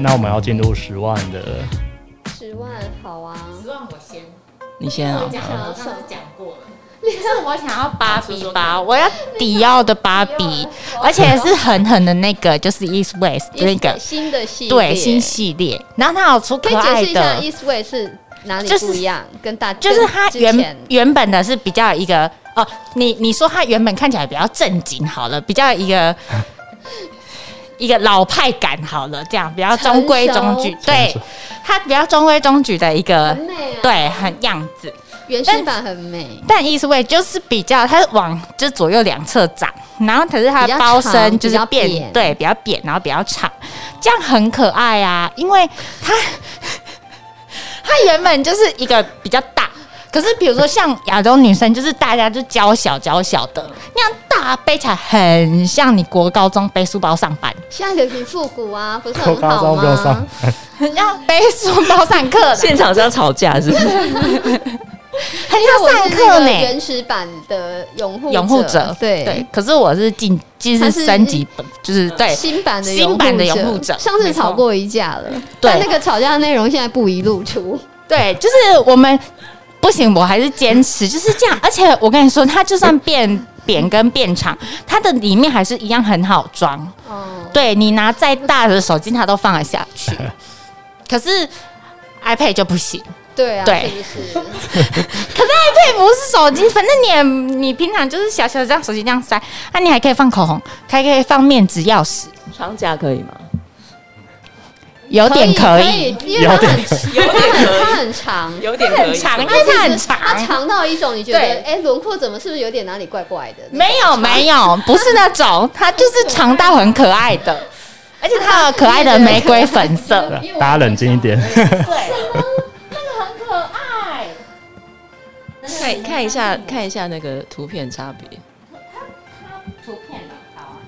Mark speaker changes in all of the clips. Speaker 1: 那我们要进入十万的，
Speaker 2: 十万好啊，
Speaker 3: 十万我先，
Speaker 4: 你先啊
Speaker 3: 我，讲了，我上次讲过了，
Speaker 5: 就是我想要芭比吧，我要迪奥的芭比，
Speaker 2: 迪奥
Speaker 5: 而且是狠狠的那个，就是 East West 那个，
Speaker 2: 新的系列
Speaker 5: 对新，系列。然后它有出
Speaker 2: 可以
Speaker 5: 可
Speaker 2: 解
Speaker 5: 爱
Speaker 2: 释一下
Speaker 5: 的，
Speaker 2: Eastway 是哪里
Speaker 5: 就是
Speaker 2: 不一样，跟大
Speaker 5: 就是它
Speaker 2: 跟之前
Speaker 5: 原原本的是比较一个哦，你你说它原本看起来比较正经好了，比较一个一个老派感好了，这样比较中规中矩
Speaker 2: 成，
Speaker 5: 对
Speaker 1: 成熟，
Speaker 5: 它比较中规中矩的一个
Speaker 2: 很。美啊，，
Speaker 5: 对，很样子，
Speaker 2: 原始版很美，
Speaker 5: 但 East Way 就是比较，它是往就是左右两侧长，然后可是它
Speaker 2: 比较
Speaker 5: 的
Speaker 2: 长
Speaker 5: 包身
Speaker 2: 比
Speaker 5: 就是
Speaker 2: 较
Speaker 5: 变
Speaker 2: 扁
Speaker 5: 对比较扁，然后比较长，这样很可爱啊，因为它它原本就是一个比较大。可是，比如说像亚洲女生，就是大家就娇小娇小的，那样大背起来很像你国高中背书包上 班，
Speaker 2: 现在流行复古啊，不是
Speaker 1: 我
Speaker 2: 很
Speaker 1: 高
Speaker 2: 好
Speaker 1: 中不用上
Speaker 2: 吗？
Speaker 1: 班，
Speaker 5: 很像背书包上课的，
Speaker 4: 现场是要吵架是不是？
Speaker 5: 很
Speaker 2: 因为我
Speaker 5: 像上
Speaker 2: 是那
Speaker 5: 课
Speaker 2: 个
Speaker 5: 呢。
Speaker 2: 原始版的拥护
Speaker 5: 拥护者，
Speaker 2: 对
Speaker 5: 对，可是我是嗯进，既是
Speaker 2: 他是
Speaker 5: 升级，就是对
Speaker 2: 新版的
Speaker 5: 新版的拥护者
Speaker 2: 上次
Speaker 5: 没错
Speaker 2: 吵过一架了，
Speaker 5: 对
Speaker 2: 但那个吵架的内容现在不宜露 出，
Speaker 5: 对，就是我们不行，我还是坚持 就是这样。而且我跟你说，它就算变扁跟变长，它的里面还是一样很好装。
Speaker 2: 哦，
Speaker 5: 对你拿再大的手机，它都放得下 去。可是 iPad 就不行
Speaker 2: 对啊，
Speaker 5: 对
Speaker 2: 是不是？
Speaker 5: ，iPad 不是手机，反正你也你平常就是小小的这样手机这样塞，那、你还可以放口红，还可以放面纸、钥匙，
Speaker 4: 床架可以吗？
Speaker 5: 有点可以，
Speaker 2: 可以因为它
Speaker 1: 有
Speaker 2: 很
Speaker 1: 点可
Speaker 4: 有
Speaker 2: 它很它很长，
Speaker 4: 有点
Speaker 5: 很长，因
Speaker 2: 它
Speaker 5: 为它很长，
Speaker 2: 它长到一种你觉得，
Speaker 5: 对
Speaker 2: 哎，轮廓怎么是不是有点哪里怪怪 的？
Speaker 5: 没有没有，不是那种，它就是长到很可爱的，而且它有可爱的玫瑰粉色。
Speaker 1: 大家冷静一点。
Speaker 4: 看看一下看一下那个图片差别，
Speaker 5: 图片的，好啊，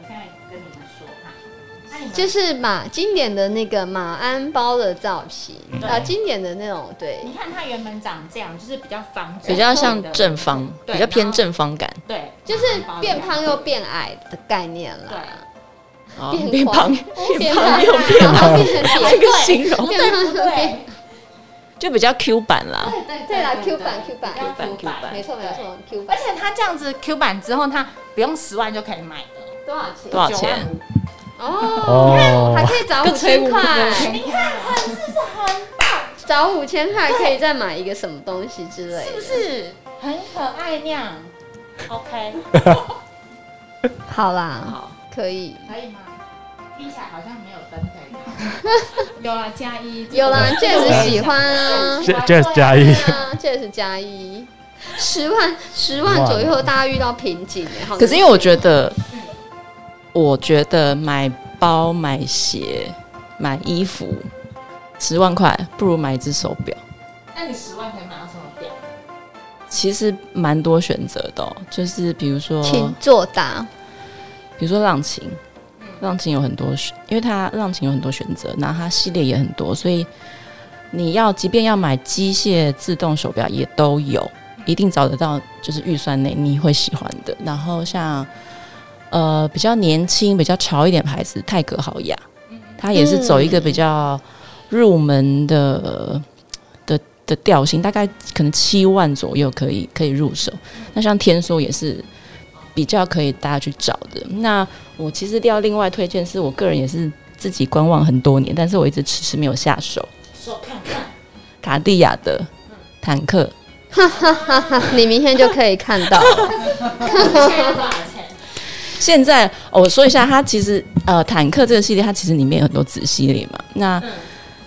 Speaker 5: 我现在跟你们说哈，
Speaker 2: 就是马经典的那个马鞍包的造型啊，经典的那种对，
Speaker 5: 你看它原本长这样，就是比较方
Speaker 4: 比较像正方，
Speaker 5: 对
Speaker 4: 比较偏正方感。
Speaker 5: 对，
Speaker 2: 就是变胖又变矮的概念啦。
Speaker 4: 哦
Speaker 2: 变
Speaker 4: 变胖，
Speaker 2: 变
Speaker 4: 变胖又变
Speaker 2: 然后变成
Speaker 4: 这
Speaker 2: 扁
Speaker 4: 个形容
Speaker 2: 变胖又变，
Speaker 4: 就比较 Q 版啦。
Speaker 5: 对
Speaker 2: 对啦，Q 版 Q 版，
Speaker 4: Q 版 Q 版
Speaker 2: 没错没错，Q
Speaker 5: 而
Speaker 2: 版
Speaker 5: 且它这样子 Q 版之后，它不用十万就可以买 的，
Speaker 2: 多少钱
Speaker 4: 多少钱？
Speaker 2: 哦，
Speaker 1: 哦
Speaker 2: 还，可以找五千块，你看是不是很棒？找五千块可以再买一个什么东西之类
Speaker 5: 是不
Speaker 2: 的。
Speaker 5: 是很可爱那样？OK，
Speaker 2: 好啦，
Speaker 4: 好，
Speaker 2: 可以。
Speaker 5: 可以吗？听起来好像没有灯可 以。有啊，加一
Speaker 2: 有啦，
Speaker 1: 嗯
Speaker 2: 确实喜 欢啊。
Speaker 1: J J 加一
Speaker 2: 对，啊，这也是加一，十万十万左右，大家遇到瓶颈哎。好
Speaker 4: 可是因为我觉得，我觉得买包、买鞋、买衣服，十万块不如买一只手表。
Speaker 5: 那你十万可以买到什么表？
Speaker 4: 其实蛮多选择的哦、就是比如说，
Speaker 2: 请作答。
Speaker 4: 比如说浪琴，浪琴有很多选，因为它浪琴有很多选择，然后它系列也很多，所以你要即便要买机械自动手表也都有，一定找得到，就是预算内你会喜欢的。然后像呃比较年轻、比较潮一点的牌子，泰格豪雅，它也是走一个比较入门的的的调性，大概可能七万左右可以可以入手。那像天梭也是比较可以大家去找的。那我其实要另外推荐，是我个人也是自己观望很多年，但是我一直迟迟没有下手。
Speaker 5: 说看看，
Speaker 4: 卡地亚的坦克，
Speaker 2: 你明天就可以看 到了，
Speaker 5: 现在多少钱？
Speaker 4: 现在、哦我说一下，它其实呃坦克这个系列，它其实里面有很多子系列嘛。那
Speaker 2: 嗯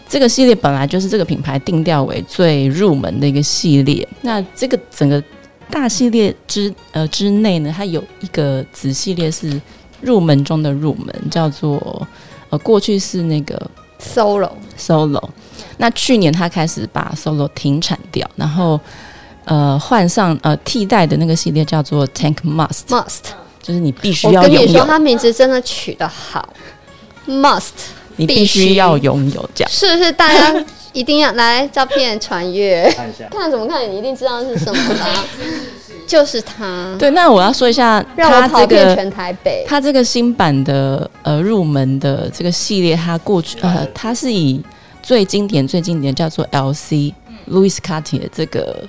Speaker 4: 这个系列本来就是这个品牌定调为最入门的一个系列。那这个整个大系列之呃之内呢，它有一个子系列是入门中的入门，叫做呃过去是那个
Speaker 2: solo
Speaker 4: Solo。那去年他开始把 Solo 停产掉，然后呃换上呃替代的那个系列叫做 Tank Must，
Speaker 2: must。
Speaker 4: 就是你必须
Speaker 2: 我
Speaker 4: 要
Speaker 2: 跟你
Speaker 4: 拥
Speaker 2: 说，
Speaker 4: 有，
Speaker 2: 他名字真的取得好，must
Speaker 4: 你
Speaker 2: 必
Speaker 4: 必
Speaker 2: 须
Speaker 4: 须要拥有这样。
Speaker 2: 是不是？大家一定要来照片传阅，
Speaker 1: 看一下，
Speaker 2: 看什么看？你一定知道是什么啦。就是它，
Speaker 4: 对，那我要说一下，
Speaker 2: 让我
Speaker 4: 它
Speaker 2: 跑
Speaker 4: 这
Speaker 2: 遍
Speaker 4: 个
Speaker 2: 全台北。
Speaker 4: 它这个新版的呃入门的这个系列，它过去呃它是以最经典最经典叫做 LC Louis Cartier 这个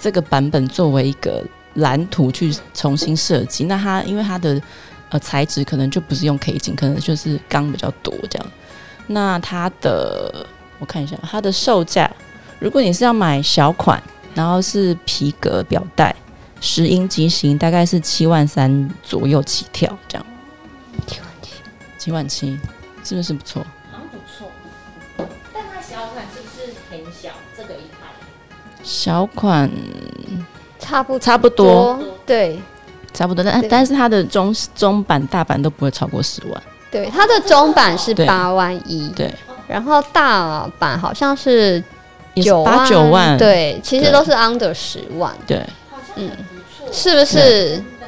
Speaker 4: 这个版本作为一个蓝图去重新设计。那它因为它的呃材质可能就不是用 K 金，可能就是钢比较多这样。那它的我看一下，它的售价，如果你是要买小款，然后是皮革表带。石英机型大概是七万三左右起跳，这样七万七，是不是不错？
Speaker 3: 好像不错。但它小款是不是很小？这个一块
Speaker 4: 小款
Speaker 2: 差不
Speaker 4: 差不多，
Speaker 2: 对
Speaker 4: 差不多，但
Speaker 2: 对
Speaker 4: 但是它的中中版、大版都不会超过十万。
Speaker 2: 对，它的中版是
Speaker 4: 对
Speaker 2: 八万一，
Speaker 4: 对，
Speaker 2: 然后大版好像是
Speaker 4: 也是
Speaker 2: 九
Speaker 4: 八九万，
Speaker 2: 对，其实
Speaker 4: 对
Speaker 2: 都是 under 十万，
Speaker 4: 对，
Speaker 3: 好像很不错，
Speaker 2: 是不是？
Speaker 3: 真的。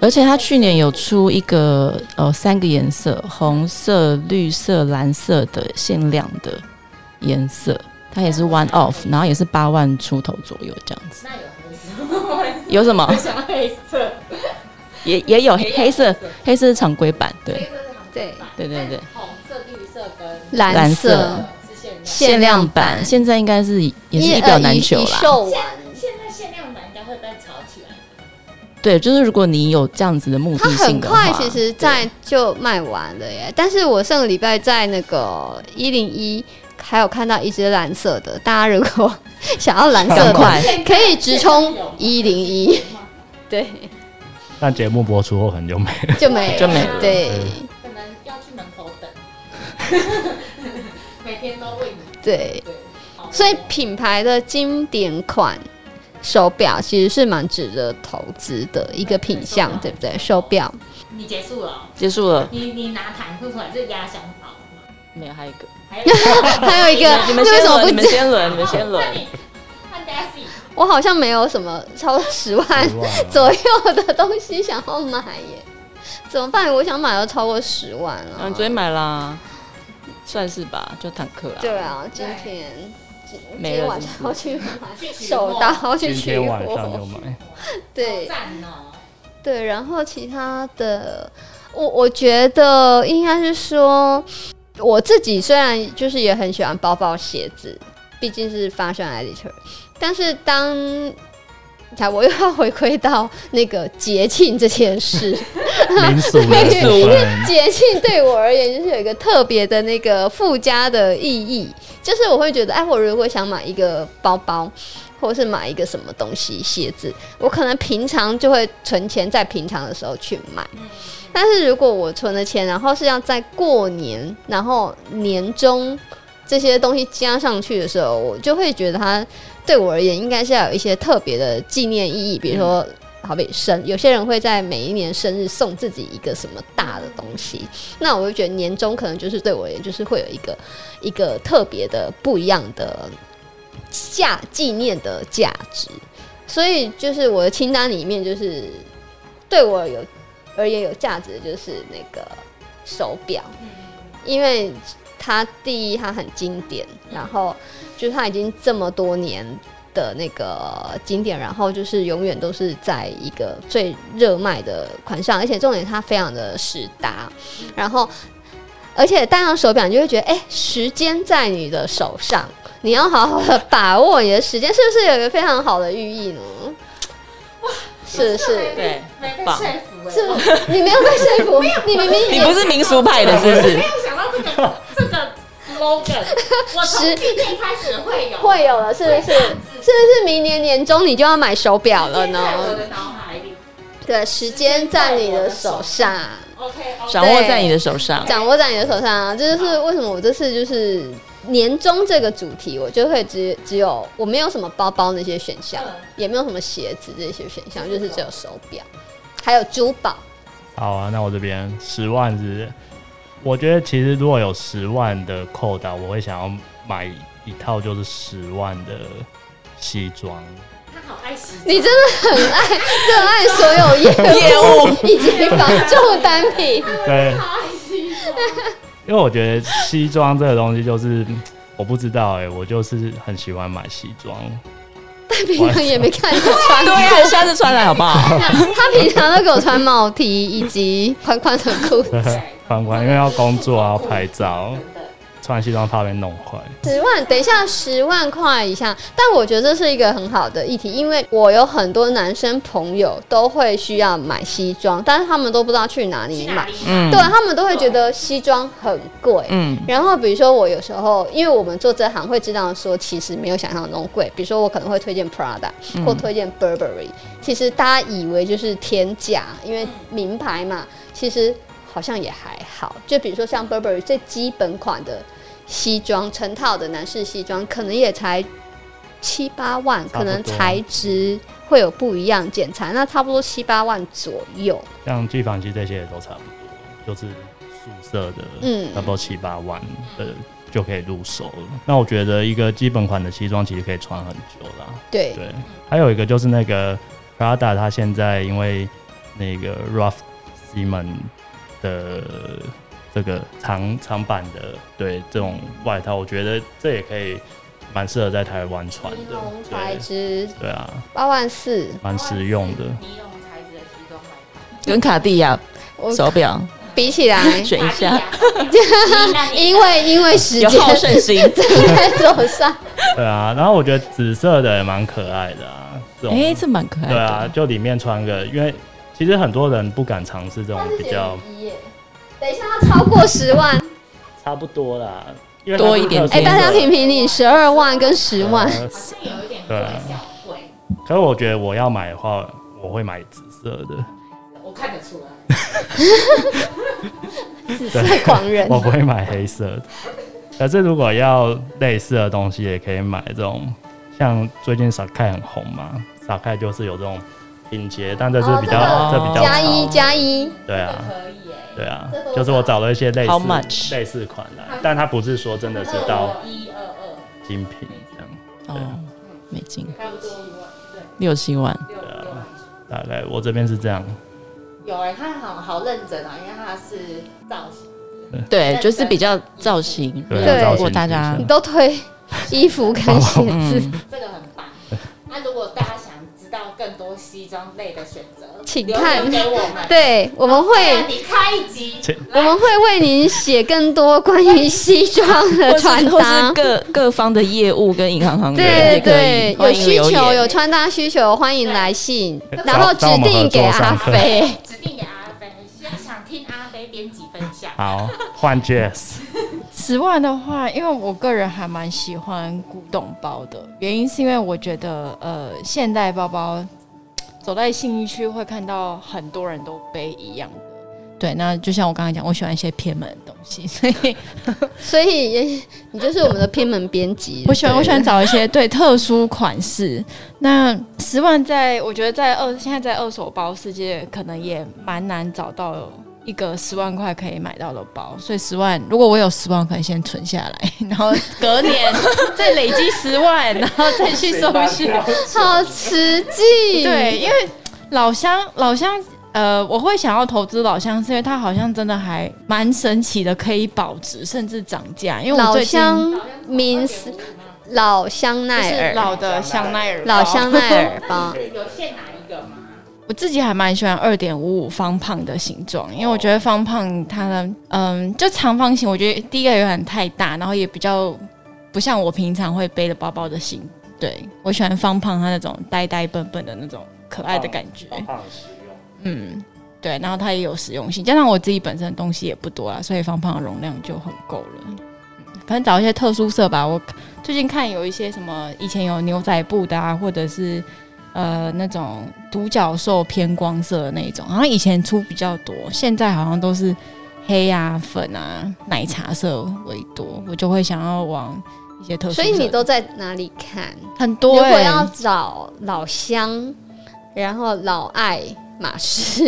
Speaker 4: 而且它去年有出一个呃三个颜色，红色、绿色、蓝色的限量的颜色，它也是 one off，然后也是八万出头左右这样子。
Speaker 3: 那有黑色，
Speaker 4: 有什么
Speaker 3: 我？想黑色，
Speaker 4: 也也有
Speaker 3: 也有
Speaker 4: 黑色
Speaker 3: 黑色，
Speaker 4: 黑色是常规版，对
Speaker 3: 黑色是行
Speaker 2: 对
Speaker 3: 情版，
Speaker 4: 对对对。
Speaker 3: 红色、绿色跟
Speaker 2: 蓝
Speaker 4: 蓝色
Speaker 2: 色
Speaker 3: 呃是
Speaker 2: 限
Speaker 3: 限量。
Speaker 2: 量版呃
Speaker 4: 现在应该是也是一表难求
Speaker 2: 一
Speaker 4: 啦。
Speaker 2: 售完，
Speaker 3: 现现在限量版应该会被炒起来，
Speaker 4: 对，就是如果你有这样子的目
Speaker 2: 它
Speaker 4: 的性
Speaker 2: 很
Speaker 4: 的话，
Speaker 2: 快，其实在就卖完了耶。但是我上个礼拜在那个一零一还有看到一只蓝色的，大家如果想要蓝色
Speaker 4: 赶
Speaker 2: 的，
Speaker 4: 快
Speaker 2: 可以直冲一零一，对，
Speaker 1: 但节目播出后很久 没
Speaker 2: 就没
Speaker 4: 就没了
Speaker 2: 对
Speaker 3: 可能要去门口等，每天都为你
Speaker 2: 对，
Speaker 3: 对。好
Speaker 2: 所以品牌的经典款。手表其实是蛮值得投资的一个品相，对不对？手 表
Speaker 3: 你结束了哦，
Speaker 4: 结束了，
Speaker 3: 你你拿坦克出来就压箱宝嘛，
Speaker 4: 没有还有一个，
Speaker 3: 还有
Speaker 2: 还有一个，
Speaker 4: 你
Speaker 2: 那
Speaker 4: 们
Speaker 2: 为
Speaker 4: 先
Speaker 2: 什么
Speaker 4: 轮，
Speaker 2: 不
Speaker 4: 你们
Speaker 2: 讲
Speaker 4: 先轮，你们先轮
Speaker 3: 换，你换 Daisy，
Speaker 2: 我好像没有什么超过十万
Speaker 1: 十万啊
Speaker 2: 左右的东西想要买耶， 怎么办？我想买都超过十万了、
Speaker 4: 啊，你昨天买啦，算是吧，就坦克啦。
Speaker 2: 对啊，今天今今
Speaker 4: 没
Speaker 2: 天
Speaker 4: 了
Speaker 2: 晚
Speaker 4: 是
Speaker 2: 上
Speaker 4: 不
Speaker 2: 要去买
Speaker 3: 去取
Speaker 2: 手
Speaker 3: 货
Speaker 2: 刀
Speaker 1: 今
Speaker 2: 去取
Speaker 1: 天晚上就
Speaker 2: 货，
Speaker 1: 买，
Speaker 2: 对
Speaker 3: 赞哦，
Speaker 2: 对，然后其他的，我我觉得应该是说，我自己虽然就是也很喜欢包包、鞋子，毕竟是 fashion editor，但是当才我又要回归到那个节庆这件事，
Speaker 1: 民俗的部分
Speaker 2: 节庆对我而言就是有一个特别的那个附加的意义，就是我会觉得，哎，我如果想买一个包包，或是买一个什么东西、鞋子，我可能平常就会存钱，在平常的时候去买。但是如果我存了钱，然后是要在过年，然后年终这些东西加上去的时候，我就会觉得它对我而言应该是要有一些特别的纪念意义，比如说。好比生，有些人会在每一年生日送自己一个什么大的东西，那我就觉得年终可能就是对我而言就是会有一个一个特别的不一样的价纪念的价值，所以就是我的清单里面就是对我有而言有价值的就是那个手表，因为它第一它很经典，然后就是它已经这么多年的那个经典，然后就是永远都是在一个最热卖的款上，而且重点它非常的实搭，然后。而且戴上手表，你就会觉得，哎、时间在你的手上，你要好好的把握你的时间，是不是有一个非常好的寓意呢？哇，是是，
Speaker 4: 对，
Speaker 3: 没被
Speaker 4: 棒
Speaker 3: 说服
Speaker 2: 是
Speaker 3: 哎，
Speaker 2: 你 没有被说服，你明明
Speaker 4: 你不是民俗派的，是不是？
Speaker 3: 没有想到这个 这个 slogan，我从今天开始会有
Speaker 2: 会有了，是不是？是不是明年年终你就要买手表了
Speaker 3: 在我
Speaker 2: 呢？
Speaker 3: 的脑海里
Speaker 2: 对，时间在你的手上，
Speaker 3: ，OK，哦
Speaker 4: 掌握在你的手上，
Speaker 2: 掌握在你的手上啊！这就是为什么我这次就是年终这个主题，我就会只只有我没有什么包包那些选项
Speaker 3: 嗯，
Speaker 2: 也没有什么鞋子这些选项，就是只有手表，还有珠宝。
Speaker 1: 好啊，那我这边十万是，我觉得其实如果有十万的扣打，我会想要买一套就是十万的西装，
Speaker 3: 他好爱惜，
Speaker 2: 你真的很爱热爱所有 业务
Speaker 4: 业务
Speaker 2: 以及防重单品，
Speaker 1: 对，
Speaker 3: 好爱惜哦，
Speaker 1: 因为我觉得西欸装这个东西就是我不知道哎、我就是很喜欢买西装，
Speaker 2: 但平常也没看你穿。
Speaker 5: 对呀、下次穿来好 不好？
Speaker 2: 他平常都给我穿毛 T 以及宽宽的裤子。
Speaker 1: 反观因为要工作啊，要拍照，穿西装怕被弄坏。
Speaker 2: 十万，等一下，十万块以下。但我觉得这是一个很好的议题，因为我有很多男生朋友都会需要买西装，但是他们都不知道去哪里
Speaker 3: 去
Speaker 2: 买
Speaker 3: 哪。里？
Speaker 5: 嗯，
Speaker 2: 对，他们都会觉得西装很贵。
Speaker 5: 嗯，
Speaker 2: 然后比如说我有时候，因为我们做这行会知道说，其实没有想象中贵。比如说我可能会推荐 Prada
Speaker 1: 嗯
Speaker 2: 或推荐 Burberry，、其实大家以为就是天价，因为名牌嘛，其实好像也还好。就比如说像 Burberry 最基本款的西装，成套的男士西装，可能也才七八万，
Speaker 1: 差不多
Speaker 2: 可能材质会有不一样，剪裁那差不多七八万左右。
Speaker 1: 像纪梵希这些也都差不多，就是宿舍的，
Speaker 2: 嗯
Speaker 1: 差不多七八万的就可以入手了。那我觉得一个基本款的西装其实可以穿很久啦。
Speaker 2: 对，
Speaker 1: 对，还有一个就是那个 Prada，它现在因为那个 Ralph Simon 的这个长长版的对这种外套，我觉得这也可以蛮适合在台湾穿
Speaker 2: 尼
Speaker 1: 的
Speaker 2: 龙，材
Speaker 1: 对
Speaker 2: 质
Speaker 1: 对啊，
Speaker 2: 八万四，
Speaker 1: 蛮实用的。
Speaker 3: 尼龙材质的西装外
Speaker 5: 跟卡地亚
Speaker 2: 我
Speaker 5: 手表
Speaker 2: 比起来，
Speaker 5: 选一
Speaker 3: 套，
Speaker 5: 下，
Speaker 2: 啊因为因为时
Speaker 5: 有
Speaker 2: 间
Speaker 5: 好胜心。
Speaker 2: 在手上，
Speaker 1: 对啊，然后我觉得紫色的也蛮可爱的啊，这种、
Speaker 5: 哎、这蛮可爱
Speaker 1: 对啊，
Speaker 5: 的。
Speaker 1: 就里面穿个，因为其实很多人不敢尝试这种比较
Speaker 2: 等一下要超过十万，
Speaker 1: 差不多啦，因为
Speaker 5: 多一点
Speaker 2: 哎、
Speaker 1: 但
Speaker 2: 大家评评理，十二万跟十万，
Speaker 3: 是有一点贵，
Speaker 1: 啊
Speaker 3: 小贵，
Speaker 1: 可是我觉得我要买的话，我会买紫色的，
Speaker 3: 我看得出来。
Speaker 2: 紫色狂人
Speaker 1: 我不会买黑色的。可是如果要类似的东西，也可以买这种，像最近 Sakai 很红嘛，Sakai 就是有这种拼接，但这是比较、
Speaker 5: 哦这
Speaker 1: 这
Speaker 5: 个
Speaker 1: 比较
Speaker 2: 加
Speaker 1: 潮
Speaker 2: 一加一，
Speaker 1: 对啊。
Speaker 3: 可以哎，
Speaker 1: 对啊
Speaker 2: 这个，我
Speaker 1: 就是我找了一些类
Speaker 5: How
Speaker 1: 似
Speaker 5: much？
Speaker 1: 类似款来，但它不是说真的是到
Speaker 3: 一二二，
Speaker 1: 精品这样，
Speaker 5: 哦，美金
Speaker 3: 差不多一万，对，
Speaker 5: 六七万，
Speaker 3: 六六万。
Speaker 1: 大概我这边是这样，
Speaker 3: 有哎，他好好认真啊，因为他是造型，
Speaker 5: 对，就是比较造型。
Speaker 1: 对
Speaker 2: 对
Speaker 1: 啊，
Speaker 5: 如果大家
Speaker 2: 你都推衣服跟鞋子，
Speaker 5: 嗯，
Speaker 3: 这个很 棒。那如果大家想知道更多西装类的选择，
Speaker 2: 请
Speaker 3: 留
Speaker 2: 看
Speaker 3: 言给我们。
Speaker 2: 对，我们
Speaker 3: 对，啊
Speaker 2: 会。
Speaker 3: 你开一集，
Speaker 1: 请
Speaker 2: 我们会为您写更多关于西装
Speaker 5: 或
Speaker 2: 的
Speaker 5: 是
Speaker 2: 穿
Speaker 5: 或
Speaker 2: 搭
Speaker 5: 是，各各方的业务跟银行行
Speaker 2: 对
Speaker 5: 员也可
Speaker 2: 对
Speaker 5: 以，
Speaker 2: 有
Speaker 5: 欢迎
Speaker 2: 需
Speaker 5: 留
Speaker 2: 求有
Speaker 5: 言。
Speaker 2: 穿搭需求，欢迎来信，然后指
Speaker 1: 找我们
Speaker 2: 定
Speaker 1: 合
Speaker 2: 给
Speaker 1: 作
Speaker 2: 阿
Speaker 1: 上课
Speaker 2: 飞。
Speaker 3: 指定给
Speaker 4: 啊
Speaker 3: 阿飞，想想听阿飞编辑分享。
Speaker 1: 好换 Jess，
Speaker 4: 十万的话，因为我个人还蛮喜欢古董包的，原因是因为我觉得呃，现代包包走在信义区会看到很多人都背一样的。对，那就像我刚才讲，我喜欢一些偏门的东西，所以
Speaker 2: 所以也你就是我们的偏门编辑。
Speaker 4: 我喜欢
Speaker 2: 对
Speaker 4: 我喜欢找一些对特殊款式。那十万在我觉得在二现在在二手包世界可能也蛮难找到一个十万块可以买到的包，所以十万如果我有十万，我可以先存下来，然后 隔年再累积十万，然后再去搜寻。
Speaker 2: 好实际，
Speaker 4: 对，，因为老乡老乡。呃，我会想要投资老乡，是因为它好像真的还蛮神奇的，可以保值甚至涨价。因为我
Speaker 2: 老
Speaker 4: 最近
Speaker 2: 乡明老香
Speaker 4: 就
Speaker 2: 奈
Speaker 4: 是
Speaker 2: 儿，
Speaker 4: 老的香奈儿包，
Speaker 2: 老香奈儿 包，
Speaker 3: 有限哪一个吗？
Speaker 4: 我自己还蛮喜欢二点五五方胖的形状，因为我觉得方胖它的嗯，就长方形，我觉得第一个有点太大，然后也比较不像我平常会背的包包的型。对我喜欢方胖，它那种呆呆笨笨的那种可爱的感觉。嗯，对，然后它也有实用性，加上我自己本身的东西也不多啦，所以方胖的容量就很够了。嗯反正找一些特殊色吧。我最近看有一些什么，以前有牛仔布的啊，或者是呃那种独角兽偏光色的那一种，好像以前出比较多，现在好像都是黑啊、粉啊、奶茶色为多。我就会想要往一些特殊色
Speaker 2: 所
Speaker 4: 的，
Speaker 2: 以你都在哪里看？
Speaker 4: 很
Speaker 2: 如
Speaker 4: 多、
Speaker 2: 果
Speaker 4: 欸。
Speaker 2: 要找老乡，然后老爱马仕，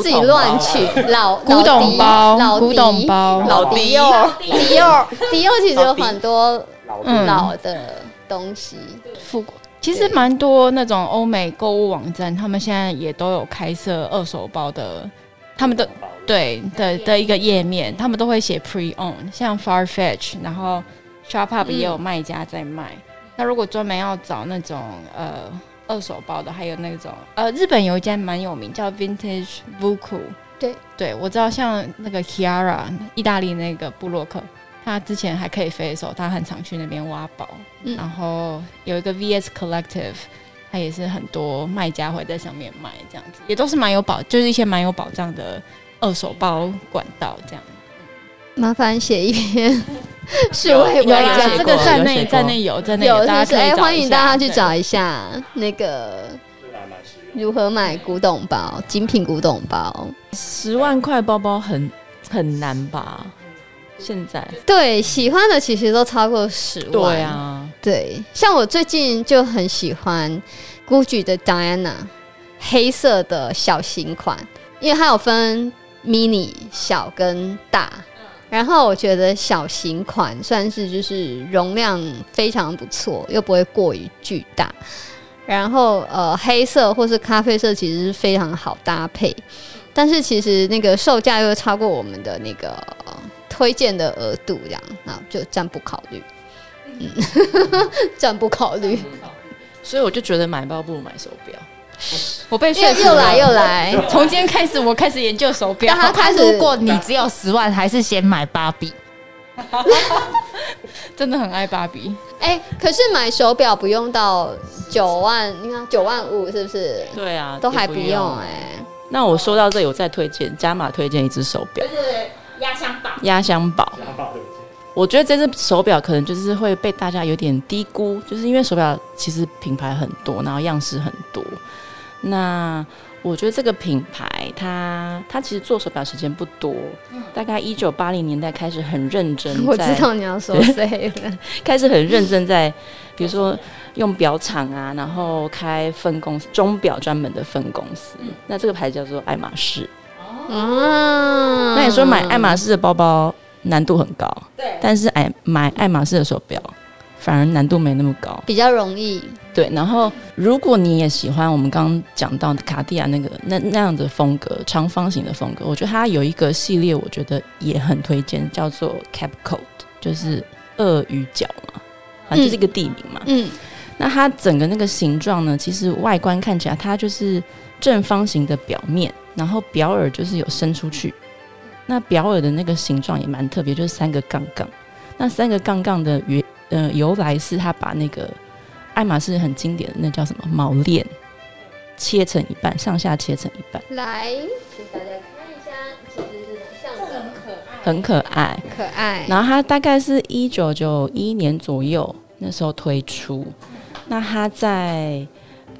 Speaker 2: 自己乱取老
Speaker 4: 古董包
Speaker 2: 老、迪
Speaker 4: 古董、包，哦
Speaker 2: 老
Speaker 5: 迪
Speaker 2: 迪奥、迪奥、迪哦奥，其实有
Speaker 5: 老迪
Speaker 2: 很多
Speaker 4: 嗯
Speaker 2: 老的东西。
Speaker 4: 复古。其实蛮多那种欧美购物网站，他们现在也都有开设二手包的，他们的对的的一个页面，他们都会写 pre own，像 Farfetch，然后 ShopUp
Speaker 2: 嗯
Speaker 4: 也有卖家在卖。
Speaker 5: 那如果专门要找那种呃二手包的，还有那种呃日本有一间蛮有名叫 Vintage Vuku，
Speaker 2: 对
Speaker 5: 对，我知道像那个 Kiara 意大利那个布洛克，他之前还可以飞的时候，他很常去那边挖宝。
Speaker 2: 嗯
Speaker 5: 然后有一个 VS Collective，它也是很多卖家会在上面卖，这样子也都是蛮有保，就是一些蛮有保障的二手包管道这样。
Speaker 2: 麻烦写一篇数
Speaker 4: 有
Speaker 2: 位
Speaker 4: 有
Speaker 2: 文
Speaker 4: 啦
Speaker 2: 章
Speaker 4: 有
Speaker 5: 这个
Speaker 4: 过
Speaker 5: 站
Speaker 4: 有
Speaker 5: 内
Speaker 4: 啊写过
Speaker 5: 站内有站内
Speaker 2: 有是
Speaker 5: 大
Speaker 2: 不是？
Speaker 5: 家可以
Speaker 2: 哎、
Speaker 5: 找一下
Speaker 2: 欢迎大家去。
Speaker 5: 对
Speaker 2: 找一下那个如何买古董包、精品古董包。
Speaker 4: 十万块包包很很难吧？现在
Speaker 2: 对，喜欢的其实都超过十万。
Speaker 4: 对，啊，
Speaker 2: 对，像我最近就很喜欢 GUCCI 的 Diana 黑色的小型款，因为它有分 mini 小跟大。然后我觉得小型款算是就是容量非常不错，又不会过于巨大。然后呃，黑色或是咖啡色其实是非常好搭配，但是其实那个售价又超过我们的那个呃推荐的额度，这样那就暂不考虑。嗯，暂不考虑，
Speaker 4: 所以我就觉得买包不如买手表。
Speaker 5: 我被
Speaker 2: 又
Speaker 5: 说服
Speaker 2: 又来
Speaker 5: 了
Speaker 2: 又来，
Speaker 5: 从今天开始，我开始研究手表
Speaker 2: 但。他开始
Speaker 6: 如果你只有十万，还是先买芭比。
Speaker 5: 真的很爱芭比，
Speaker 2: 哎、可是买手表不用到九万，你看九万五是不是？
Speaker 4: 对啊，
Speaker 2: 都还
Speaker 4: 也
Speaker 2: 不
Speaker 4: 不
Speaker 2: 用哎、
Speaker 4: 那我说到这里，我再推荐加码推荐一只手表，
Speaker 3: 就是压箱宝，
Speaker 4: 压箱宝。我觉得这只手表可能就是会被大家有点低估，就是因为手表其实品牌很多，然后样式很多。那我觉得这个品牌它它其实做手表时间不多，大概一九八零年代开始很认真
Speaker 2: 我
Speaker 4: 嗯在
Speaker 2: 知道你要说谁 了，
Speaker 4: 开始很认真在，比如说用表厂啊，然后开分公司钟表专门的分公司。那这个牌子叫做爱马仕。
Speaker 2: 嗯，
Speaker 4: 那你说买爱马仕的包包难度很高，
Speaker 3: 对
Speaker 4: 但是爱买爱马仕的手表反而难度没那么高。
Speaker 2: 比较容易，
Speaker 4: 对，然后如果你也喜欢我们刚刚讲到的卡地亚那个那那样的风格，长方形的风格，我觉得它有一个系列，我觉得也很推荐，叫做 Cap Code，就是鳄鱼角嘛，它就是一个地名嘛。
Speaker 2: 嗯，
Speaker 4: 那它整个那个形状呢，其实外观看起来它就是正方形的表面，然后表耳就是有伸出去。那表耳的那个形状也蛮特别，就是三个杠杠。那三个杠杠的原呃由来是它把那个爱马仕很经典的那叫什么铆链切成一半，上下切成一半，
Speaker 2: 来，请大家看一下，其实是像的
Speaker 4: 很可爱。
Speaker 2: 可爱，
Speaker 4: 然后它大概是一九九一年左右那时候推出，那它在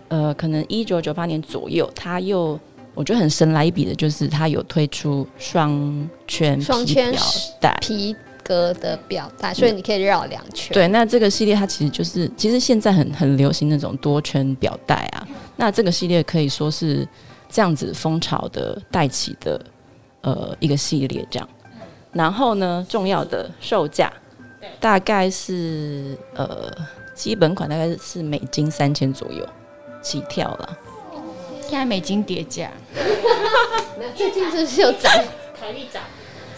Speaker 4: 呃可能一九九八年左右，它又我觉得很神来一笔的就是它有推出双圈
Speaker 2: 双
Speaker 4: 皮
Speaker 2: 圈
Speaker 4: 表带。
Speaker 2: 皮革的表带，所以你可以绕两圈，，
Speaker 4: 对，那这个系列它其实就是，其实现在很很流行那种多圈表带啊。那这个系列可以说是这样子风潮的带起的呃一个系列这样。然后呢，重要的售价大概是呃基本款大概是美金三千左右起跳了。
Speaker 5: 现在美金叠加，
Speaker 2: 最近是不是有涨？
Speaker 3: 台币涨，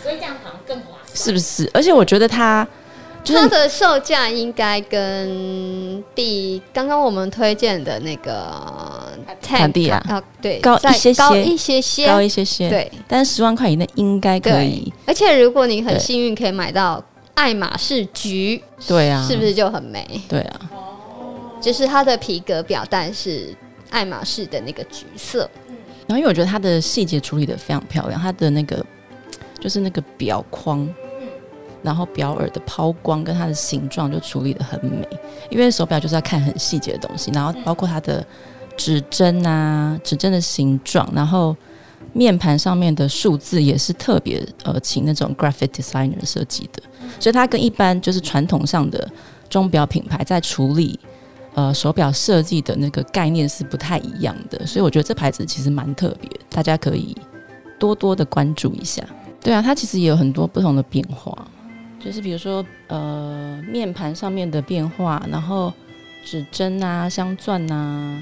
Speaker 3: 所以这样好像更划算。
Speaker 4: 是不是？而且我觉得它 就是
Speaker 2: 它的售价应该跟第刚刚我们推荐的那个
Speaker 4: 卡地亚
Speaker 2: 啊，对，
Speaker 4: 高
Speaker 2: 再
Speaker 4: 一些些
Speaker 2: 高一些些，
Speaker 4: 高一些些，，
Speaker 2: 对
Speaker 4: 但十万块以内应该可以
Speaker 2: 对。，而且如果你很
Speaker 4: 对
Speaker 2: 幸运可以买到爱马仕橘，
Speaker 4: 对啊，
Speaker 2: 是不？是就很美？
Speaker 4: 对啊，
Speaker 2: 就是它的皮革表带是爱马仕的那个橘色，
Speaker 4: 然后因为我觉得它的细节处理的非常漂亮，它的那个就是那个表框，然后表耳的抛光跟它的形状就处理的很美。因为手表就是要看很细节的东西，然后包括它的指针啊、指针的形状，然后面盘上面的数字也是特别呃，请那种 graphic designer 设计的，所以它跟一般就是传统上的钟表品牌在处理呃手表设计的那个概念是不太一样的，所以我觉得这牌子其实蛮特别，大家可以多多的关注一下。对啊，它其实也有很多不同的变化，就是比如说呃面盘上面的变化，然后指针啊、镶钻啊、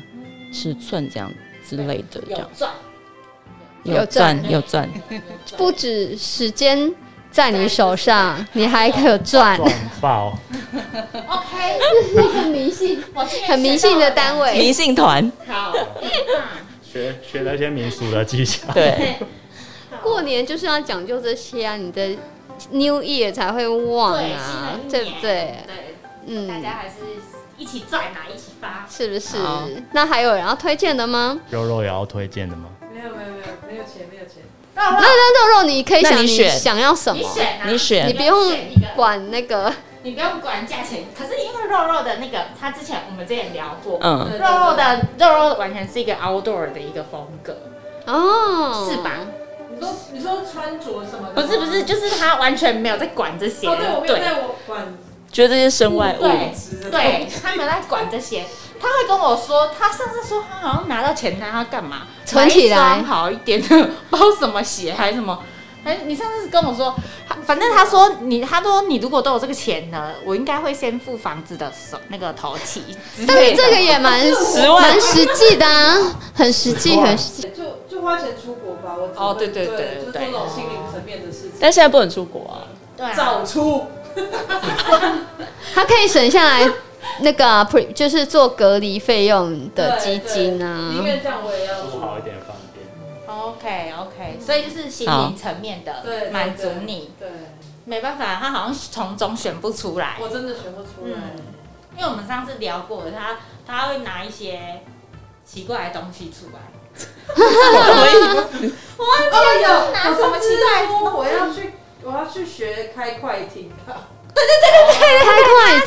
Speaker 4: 尺寸这样之类的，这样
Speaker 3: 有赚，
Speaker 2: 有钻
Speaker 4: 有 钻，
Speaker 2: 不止时间在你手上，你还可以赚，
Speaker 1: 撞爆，
Speaker 3: OK，
Speaker 2: 一个迷信、
Speaker 3: 我今天
Speaker 2: 很迷信的单位。
Speaker 4: 迷信团，
Speaker 3: 学到了。好，
Speaker 1: 学学那些民俗的技巧。
Speaker 4: 对，
Speaker 2: 过年就是要讲究这些啊，你的 New Year 才会忘啊，对
Speaker 3: 对新的一年
Speaker 2: 不对？
Speaker 3: 对，大
Speaker 2: 嗯
Speaker 3: 家，还是一起赚啊，一起发。
Speaker 2: 是不是
Speaker 4: 好？
Speaker 2: 那还有人要推荐的吗？
Speaker 1: 肉肉也要推荐的吗？
Speaker 7: 没有没有没有没有钱没有钱，
Speaker 2: 那那肉肉，你可以
Speaker 4: 那
Speaker 2: 想
Speaker 4: 你
Speaker 2: 你
Speaker 4: 选
Speaker 2: 想要什
Speaker 3: 你
Speaker 2: 么，
Speaker 3: 选啊，
Speaker 4: 你选
Speaker 2: 你
Speaker 3: 不
Speaker 2: 不
Speaker 3: 用
Speaker 2: 用
Speaker 3: 选一个，
Speaker 2: 管那个。
Speaker 3: 你不用管价钱。可是因为肉肉的那个，他之前我们之前聊过，
Speaker 4: 嗯，
Speaker 7: 对对
Speaker 3: 肉肉的肉肉完全是一个 outdoor 的一个风格，
Speaker 2: 哦，
Speaker 3: 是吧？？
Speaker 7: 你说你说穿着什么的吗？
Speaker 3: 不是不是，就是他完全没有在管这些，
Speaker 7: 哦，对，我没有
Speaker 3: 对
Speaker 7: 在我管哦
Speaker 4: 觉得这些身外物，
Speaker 3: 对
Speaker 7: 吃的。
Speaker 3: 对，他没有在管这些。他会跟我说，他上次说他好像拿到钱，他要干嘛？
Speaker 2: 存起来
Speaker 3: 买一双好一点的， 包什么鞋还是什么？哎，你上次跟我说，他反正他说你，他说你如果都有这个钱呢，我应该会先付房子的首那个头期之
Speaker 2: 但
Speaker 3: 类
Speaker 2: 是
Speaker 3: 的。
Speaker 2: 这个也蛮
Speaker 4: 十万
Speaker 2: 蛮实际的啊，很实际，很实际。
Speaker 7: 就就花钱出国吧，我只
Speaker 3: 哦
Speaker 7: 会
Speaker 3: 对对
Speaker 7: 对
Speaker 3: 对
Speaker 7: 就是
Speaker 3: 对
Speaker 7: 这种心灵层面的事情。
Speaker 4: 但现在不能出国啊。
Speaker 3: 对啊
Speaker 7: 早出，
Speaker 2: 他可以省下来那个啊 pre 就是做隔离费用的基金
Speaker 7: 对对宁
Speaker 2: 啊。
Speaker 7: 愿这样我也要
Speaker 1: 做
Speaker 7: 出。
Speaker 1: 好一点方便。
Speaker 3: OK OK，所以就是心
Speaker 4: 好
Speaker 3: 灵层面的
Speaker 7: 对，对
Speaker 3: 满足你，。
Speaker 7: 对，对
Speaker 3: 没办法，他好像从中选不出来。
Speaker 7: 我真的学不出来。
Speaker 3: 因为我们上次聊过，他他会拿一些奇怪的东西出来。 我忘记
Speaker 7: 哦
Speaker 3: 了
Speaker 7: 有，
Speaker 3: 拿什么奇怪的东西
Speaker 7: 我要去，我要去学开快艇啊吧。
Speaker 2: 开 快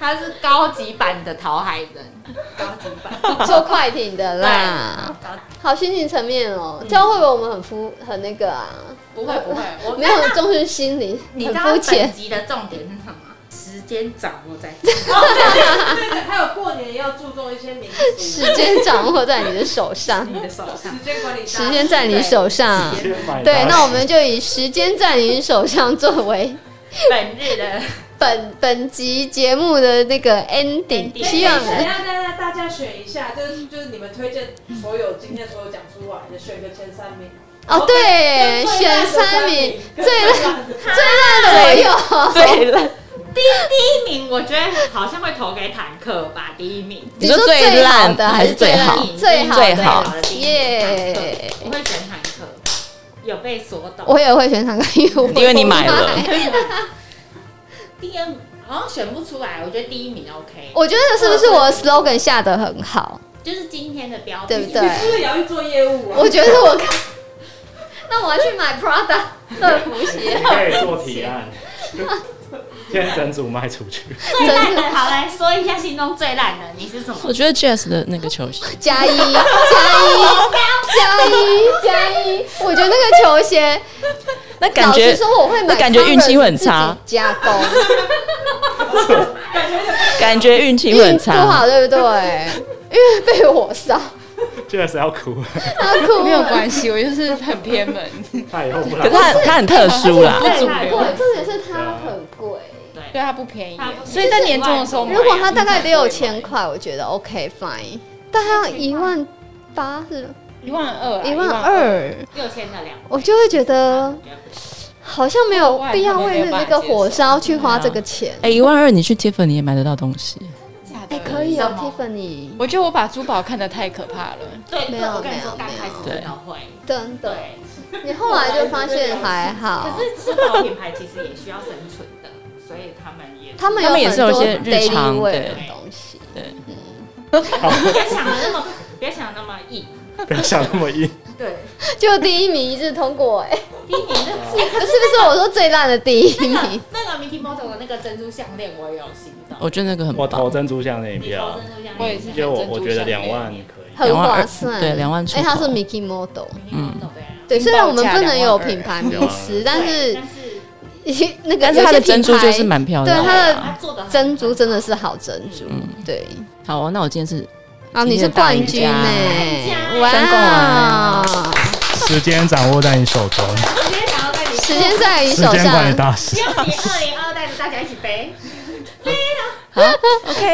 Speaker 3: 他是高级版的桃海人，高级版，
Speaker 2: 做快艇的啦。
Speaker 3: 高
Speaker 2: 好，心情层面哦，这样会不会我们很肤很那个啊？
Speaker 3: 不会不会，我
Speaker 2: 没有很重视心理，
Speaker 3: 你
Speaker 2: 很
Speaker 3: 知道
Speaker 2: 肤
Speaker 3: 本
Speaker 2: 浅。
Speaker 3: 集的重点是什么？时间掌握在
Speaker 7: 对对，还有过年要注重一些民俗，
Speaker 2: 时间掌握在你的手上，
Speaker 3: 你的手上
Speaker 7: 时。间管理大师，
Speaker 2: 时间在你手上。
Speaker 1: 先买
Speaker 2: 对，
Speaker 1: 它
Speaker 2: 那我们就以时间在你手上作为
Speaker 3: 本日的
Speaker 2: 本本集节目的那个 ending，
Speaker 3: Ending
Speaker 2: 希望
Speaker 7: 等一下等一下大家选一下，就是就是你们推荐所有今天所有讲出来的，选个前三名。
Speaker 2: 哦，对，选三名，最烂最烂的我有。
Speaker 4: 最烂，
Speaker 3: 第一名，我觉得好像会投给坦克吧。第一名，
Speaker 4: 你说最烂的还是最好？
Speaker 2: 最好
Speaker 4: 最
Speaker 2: 的
Speaker 4: 好
Speaker 3: 的第一名
Speaker 2: 耶
Speaker 3: 坦克我会选坦克，有被锁懂。
Speaker 2: 我也会选唱歌，因为我
Speaker 4: 因为你买了
Speaker 3: 第二名好像选不出来，我觉得第一名 OK，
Speaker 2: 我觉得是不是我的 slogan 下的很好，
Speaker 3: 就是今天的标
Speaker 2: 对
Speaker 3: 题
Speaker 7: 你
Speaker 2: 不。对？
Speaker 7: 是不是也要去做业务啊？
Speaker 2: 我觉得我看， 那我要去买 Prada 乐福鞋
Speaker 1: 你，可以做提案，先整组卖出去。
Speaker 3: 最烂的，好来说一下心中最烂的，你是什么？
Speaker 4: 我觉得 Jazz 的那个球 鞋，
Speaker 2: 加一加一加一加一，我觉得那个球鞋，
Speaker 4: 那感
Speaker 2: 老
Speaker 4: 觉
Speaker 2: 实说我会买，
Speaker 4: 那感觉运气会很差，
Speaker 2: 加工
Speaker 4: 感觉运啊气会
Speaker 2: 运
Speaker 4: 很
Speaker 2: 不好，
Speaker 4: 差。
Speaker 2: 对不对？因为被我烧，啊
Speaker 1: 这个是要哭，
Speaker 2: 他哭了，
Speaker 6: 没有关系，我就是很偏门。
Speaker 1: 他以后不
Speaker 4: 可是
Speaker 1: 来。
Speaker 4: 它它很特殊啦，
Speaker 6: 不主
Speaker 2: 对，
Speaker 6: 流，
Speaker 2: 重点是它很贵。
Speaker 6: 对它不便宜
Speaker 3: 它不便，宜
Speaker 6: 所以在年终的时候买啊，
Speaker 2: 如果它大概
Speaker 6: 你才不
Speaker 2: 六
Speaker 6: 会
Speaker 2: 千块，我觉得 OK fine，大概要一万八是
Speaker 6: 买一万二啊，
Speaker 2: 一万二，
Speaker 3: 六千的两
Speaker 2: 我就会觉得好像没有必要为了那个火烧去花这个钱。
Speaker 4: 哎，一万二你去 Tiffany 也买得到东西，
Speaker 6: 假的
Speaker 2: 哎，可以哦
Speaker 4: 啊
Speaker 3: 什么
Speaker 2: ，Tiffany，
Speaker 6: 我觉得我把珠宝看得太可怕了，
Speaker 3: 对
Speaker 2: 哦没
Speaker 3: 对，
Speaker 2: 有
Speaker 3: 我跟你说，
Speaker 2: 没有
Speaker 3: 刚
Speaker 2: 没有
Speaker 3: 开始真的会。
Speaker 2: 真的。
Speaker 3: 对，
Speaker 2: 你后来就发现还好，
Speaker 3: 可是珠宝品牌其实也需要生存的，所以他们也
Speaker 2: 他们
Speaker 4: 他们也是有
Speaker 2: 很多
Speaker 4: 一些日
Speaker 2: daily
Speaker 4: 常
Speaker 2: wear
Speaker 4: 对
Speaker 2: 的东西。
Speaker 3: 不要想的那么， 不要想得那么硬。
Speaker 1: 不要想那么硬，
Speaker 3: 对，
Speaker 2: 就第一名一致通过、哎，
Speaker 3: 第一名的
Speaker 2: 哎，可是不是我说最烂的第一
Speaker 3: 那
Speaker 2: 名
Speaker 3: 个？那个 Mickey Mouse 的那个珍珠项链，我也有心动。
Speaker 4: 我觉得那个很
Speaker 1: 我投
Speaker 4: 棒。
Speaker 1: 珍珠项链不
Speaker 3: 你投
Speaker 1: 要
Speaker 3: 珍，珠项链，
Speaker 6: 我也是
Speaker 1: 因为我我觉得两万可以。
Speaker 2: 很划
Speaker 4: 22,000
Speaker 2: 算，
Speaker 4: 对22,000出
Speaker 2: 哎，它是
Speaker 4: 头
Speaker 2: Mickey Model，
Speaker 3: 嗯，对啊。
Speaker 2: 对，虽然我们不能有
Speaker 6: 报价
Speaker 2: 品牌名词，
Speaker 1: 22,000
Speaker 2: 但是
Speaker 3: 但是
Speaker 2: 那个
Speaker 4: 但是它的
Speaker 2: 有些品
Speaker 4: 珍珠就
Speaker 2: 牌
Speaker 4: 是蛮漂
Speaker 2: 对
Speaker 4: 亮
Speaker 2: 它
Speaker 4: 的。
Speaker 2: 的
Speaker 3: 它做的
Speaker 4: 嗯
Speaker 2: 珍珠真的是好珍珠，对，
Speaker 4: 哦好啊，那我今天是
Speaker 2: 啊，你是冠军哎、
Speaker 4: 三冠啊
Speaker 2: 哇
Speaker 4: 王！
Speaker 1: 时间掌握在你手中，
Speaker 3: 我今天想要带你，
Speaker 2: 时间在啊你
Speaker 1: 时
Speaker 2: 手
Speaker 1: 间管理
Speaker 2: 上，
Speaker 1: 大师
Speaker 3: 希。望你二零二带着大家一起飞。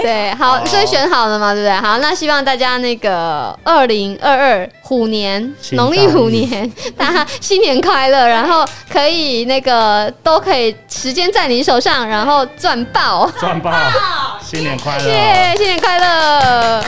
Speaker 2: 对，好，
Speaker 1: 好
Speaker 2: 所以选好了嘛，对不对？好，那希望大家那个二零二二虎年，
Speaker 1: 请
Speaker 2: 农历虎年， 大家新年快乐，然后可以那个都可以，时间在你手上，然后赚爆，
Speaker 1: 赚爆！新年快乐！
Speaker 2: 耶，新年快乐！